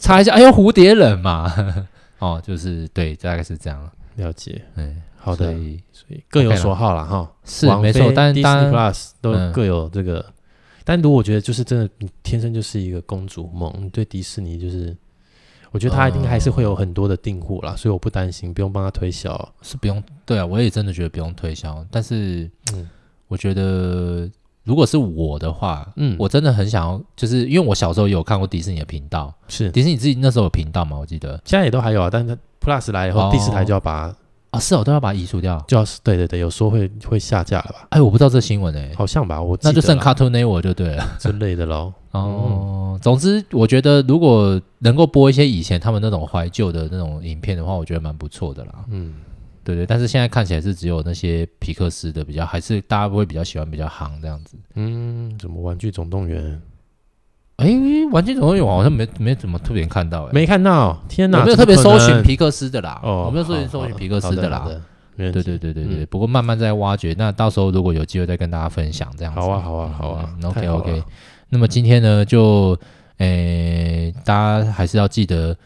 Speaker 1: 查一下，哎呦，蝴蝶忍嘛， 哦，就是对，大概是这样。
Speaker 2: 了解。
Speaker 1: 嗯，
Speaker 2: 好的
Speaker 1: 所，以
Speaker 2: 所以各有所好啦。哈。
Speaker 1: 是
Speaker 2: 王
Speaker 1: 没
Speaker 2: 菲
Speaker 1: 错，但
Speaker 2: Disney
Speaker 1: 当然
Speaker 2: Plus 都
Speaker 1: 嗯
Speaker 2: 各有这个。单独我觉得就是真的，你天生就是一个公主梦。你对迪士尼就是，我觉得他一定还是会有很多的订户
Speaker 1: 嗯
Speaker 2: 啦，所以我不担心，不用帮他推销。
Speaker 1: 是不用，对啊，我也真的觉得不用推销，但是
Speaker 2: 嗯
Speaker 1: 我觉得如果是我的话，
Speaker 2: 嗯
Speaker 1: 我真的很想要，就是因为我小时候有看过迪士尼的频道，
Speaker 2: 是
Speaker 1: 迪士尼自己那时候有频道嘛，我记得
Speaker 2: 现在也都还有啊，但是它 Plus 来以后，
Speaker 1: 哦
Speaker 2: 第四台就要把它
Speaker 1: 啊，是哦，都要把它移除掉。
Speaker 2: 就要对对对，有说会会下架了吧？
Speaker 1: 哎，我不知道这新闻哎、
Speaker 2: 好像吧，我
Speaker 1: 那就
Speaker 2: 剩
Speaker 1: 剩 Cartoon Network 就对了。
Speaker 2: 之类的喽。
Speaker 1: 哦，总之我觉得如果能够播一些以前他们那种怀旧的那种影片的话，我觉得蛮不错的啦。
Speaker 2: 嗯，
Speaker 1: 对对，但是现在看起来是只有那些皮克斯的比较，还是大家会比较喜欢比较行这样子。
Speaker 2: 嗯，什么玩具 总动员
Speaker 1: 哎，玩具总动员我好像没没怎么特别看到哎、
Speaker 2: 没看到？天哪，
Speaker 1: 我没有特别
Speaker 2: 怎么
Speaker 1: 搜
Speaker 2: 可能
Speaker 1: 寻皮克斯的啦，
Speaker 2: 哦，
Speaker 1: 我没有搜
Speaker 2: 好
Speaker 1: 寻搜寻
Speaker 2: 好
Speaker 1: 皮克斯的啦。
Speaker 2: 好的没问
Speaker 1: 对
Speaker 2: 题
Speaker 1: 对对对
Speaker 2: 嗯
Speaker 1: 对，不过慢慢在挖掘，那到时候如果有机会再跟大家分享这样子。
Speaker 2: 好啊，好啊，好啊
Speaker 1: 嗯。OK
Speaker 2: 太好
Speaker 1: OK
Speaker 2: 了。
Speaker 1: 那么今天呢，就诶、大家还是要记得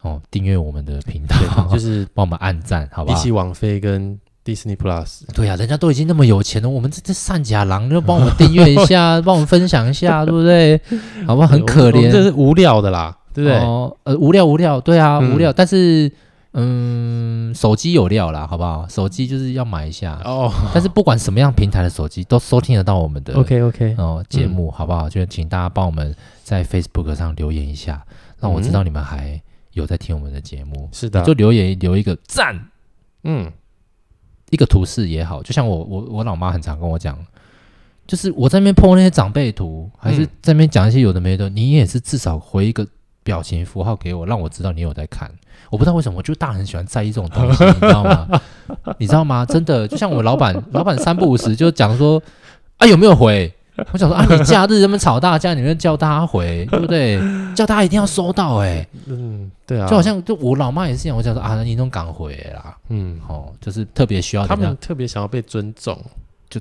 Speaker 1: 哦，订阅我们的频道，
Speaker 2: 对，就是
Speaker 1: 帮我们按赞， 好不
Speaker 2: 比
Speaker 1: 好
Speaker 2: 起？网飞跟 Disney Plus，
Speaker 1: 对呀、啊人家都已经那么有钱了，我们这这善假郎就帮我们订阅一 下，帮我们分享一下，对不对？好不好？很可
Speaker 2: 我们
Speaker 1: 怜，
Speaker 2: 这是无聊的啦，对不对？
Speaker 1: 哦，呃，无料无料，对啊，
Speaker 2: 嗯
Speaker 1: 无料，但是。嗯，手机有料啦，好不好？手机就是要买一下，
Speaker 2: 哦
Speaker 1: 但是不管什么样平台的手机，都收听得到我们的
Speaker 2: ，OK OK，
Speaker 1: 哦节目，好不好？就请大家帮我们在 Facebook 上留言一下，让我知道你们还有在听我们的节目。
Speaker 2: 是的
Speaker 1: 就，留言留一个赞，
Speaker 2: 嗯，
Speaker 1: 一个图示也好。就像我我我老妈很常跟我讲，就是我在那边 po 那些长辈图，还是
Speaker 2: 嗯
Speaker 1: 在那边讲一些有的没的，你也是至少回一个表情符号给我，让我知道你有在看。我不知道为什么，我就大人喜欢在意这种东西，你知道吗？ 你知道吗？真的，就像我老板，老板三不五时就讲说，啊有没有回？我想说啊，你假日人们吵大架，你们叫大家回，对不对？叫大家一定要收到、欸，
Speaker 2: 嗯，对啊，
Speaker 1: 就好像就我老妈也是一样，我想说啊，你都赶回啦，
Speaker 2: 嗯，
Speaker 1: 哦，就是特别需要
Speaker 2: 他
Speaker 1: 人家
Speaker 2: 们特别想要被尊重，
Speaker 1: 就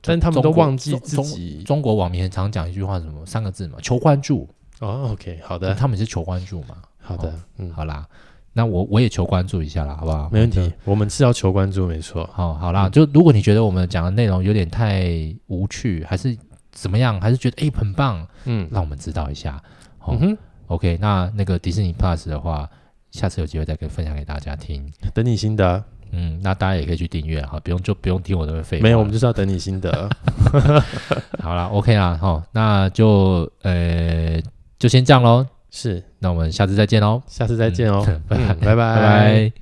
Speaker 2: 但是他们
Speaker 1: 中
Speaker 2: 都
Speaker 1: 国
Speaker 2: 忘记
Speaker 1: 中
Speaker 2: 自
Speaker 1: 中
Speaker 2: 己。
Speaker 1: 中国网民很常讲一句话，什么三个字嘛，求关注。
Speaker 2: 哦，OK，好
Speaker 1: 就
Speaker 2: 的，
Speaker 1: 他们是求关注嘛？
Speaker 2: 好的，嗯，
Speaker 1: 好啦，那我我也求关注一下啦，好不好？
Speaker 2: 没问
Speaker 1: 就
Speaker 2: 题。。嗯我们是要求关注，没错。
Speaker 1: 好，好啦，就如果你觉得我们讲的内容有点太无趣，还是怎么样，还是觉得诶很棒，
Speaker 2: 嗯，
Speaker 1: 让我们知道一下。好、
Speaker 2: 嗯哼，
Speaker 1: OK，那那个迪士尼 Plus 的话，下次有机会再跟分享给大家听。
Speaker 2: 等你心得，
Speaker 1: 嗯，那大家也可以去订阅哈，不用就不用听我那边废话。
Speaker 2: 没有，我们就是要等你心得。
Speaker 1: 好啦 o、k 啦，好，那就呃就先这样喽，
Speaker 2: 是，
Speaker 1: 那我们下次再见喽。
Speaker 2: 下次再见哦，
Speaker 1: 拜拜
Speaker 2: 嗯
Speaker 1: 拜
Speaker 2: 拜拜
Speaker 1: 拜。